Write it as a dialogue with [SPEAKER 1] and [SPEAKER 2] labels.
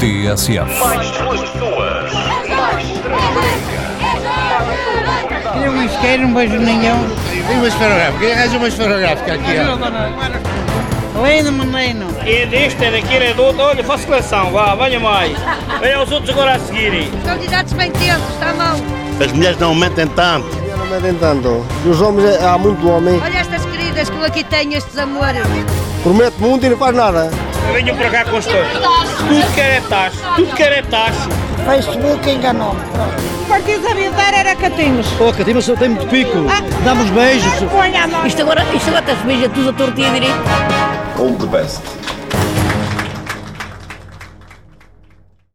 [SPEAKER 1] TSF.
[SPEAKER 2] Mais duas pessoas. Mais três.
[SPEAKER 3] Queria um isqueiro, um beijo nenhum.
[SPEAKER 4] E uma esferográfica? Quem arranja uma esferográfica aqui? ó?
[SPEAKER 3] Lindo, menino.
[SPEAKER 5] E deste, daquele, é do outro, olha, faça coleção, vá, valha mais. Venha os outros agora a seguirem.
[SPEAKER 6] Candidatos bem tensos, está mal.
[SPEAKER 7] As mulheres não mentem tanto.
[SPEAKER 8] Eu não me dei tanto. E os homens, é- há muito homem.
[SPEAKER 6] Olha estas queridas que eu aqui tenho, estes amores.
[SPEAKER 8] Promete muito e não faz nada.
[SPEAKER 5] Venham para cá com os todos. Tudo que era taxa, tudo que era taxa.
[SPEAKER 3] Facebook enganou-me. O Partido Alimentar era Catinos.
[SPEAKER 4] Ô, Catima, o senhor tem muito pico. Dá-me uns beijos.
[SPEAKER 3] Põe a mão.
[SPEAKER 9] Isto agora, isto agora está-se beija tudo a torta e a direita.
[SPEAKER 2] All the best.